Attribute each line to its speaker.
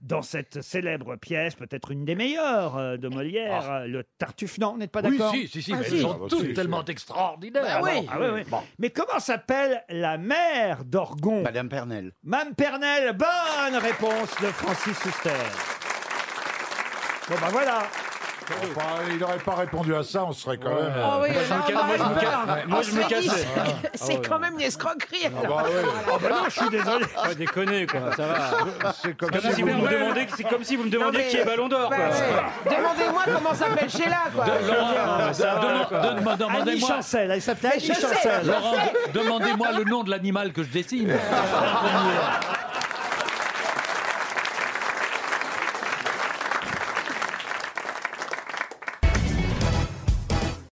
Speaker 1: dans cette célèbre pièce, peut-être une des meilleures euh, de Molière,
Speaker 2: Ah.
Speaker 1: euh, le Tartuffe. Non, vous n'êtes pas
Speaker 3: Oui,
Speaker 1: d'accord
Speaker 3: si, si, si, Ah, mais si. elles sont toutes tellement extraordinaires,
Speaker 1: Bah oui.
Speaker 3: alors.
Speaker 1: Ah oui, oui. Mais comment s'appelle la mère d'Orgon
Speaker 2: Bah,
Speaker 1: Madame Pernel. Madame Pernel, bonne réponse de Francis Huster. Bon ben voilà.
Speaker 2: Enfin, il n'aurait pas répondu à ça, on serait quand même. euh,
Speaker 4: Ah oui,
Speaker 2: Moi, je me
Speaker 4: alors,
Speaker 2: casse- moi, je me
Speaker 4: alors,
Speaker 2: casse-
Speaker 4: alors,
Speaker 2: moi,
Speaker 4: on
Speaker 2: je
Speaker 4: se
Speaker 2: me
Speaker 4: fait
Speaker 2: casse.
Speaker 4: dire,
Speaker 2: Ah
Speaker 4: C'est
Speaker 2: ouais.
Speaker 4: quand même une escroquerie.
Speaker 2: Ah bah ouais.
Speaker 4: alors.
Speaker 2: Ah bah non, je suis désolé.
Speaker 5: Pas déconner, quoi, ça va.
Speaker 2: C'est
Speaker 5: comme, si vous me demandez, c'est comme si vous me demandiez
Speaker 4: Non, mais-
Speaker 5: qui est Ballon d'Or,
Speaker 4: Bah
Speaker 5: quoi.
Speaker 4: ouais. Demandez-moi comment s'appelle Sheila, quoi.
Speaker 5: De- Laurent,
Speaker 4: Je veux
Speaker 5: non,
Speaker 4: dire.
Speaker 5: ça va, quoi.
Speaker 1: Annie Chancel, elle s'appelait
Speaker 4: Mais
Speaker 1: Annie
Speaker 4: je sais,
Speaker 1: Chancel.
Speaker 4: je sais.
Speaker 6: Laurent, demandez-moi le nom de l'animal que je dessine.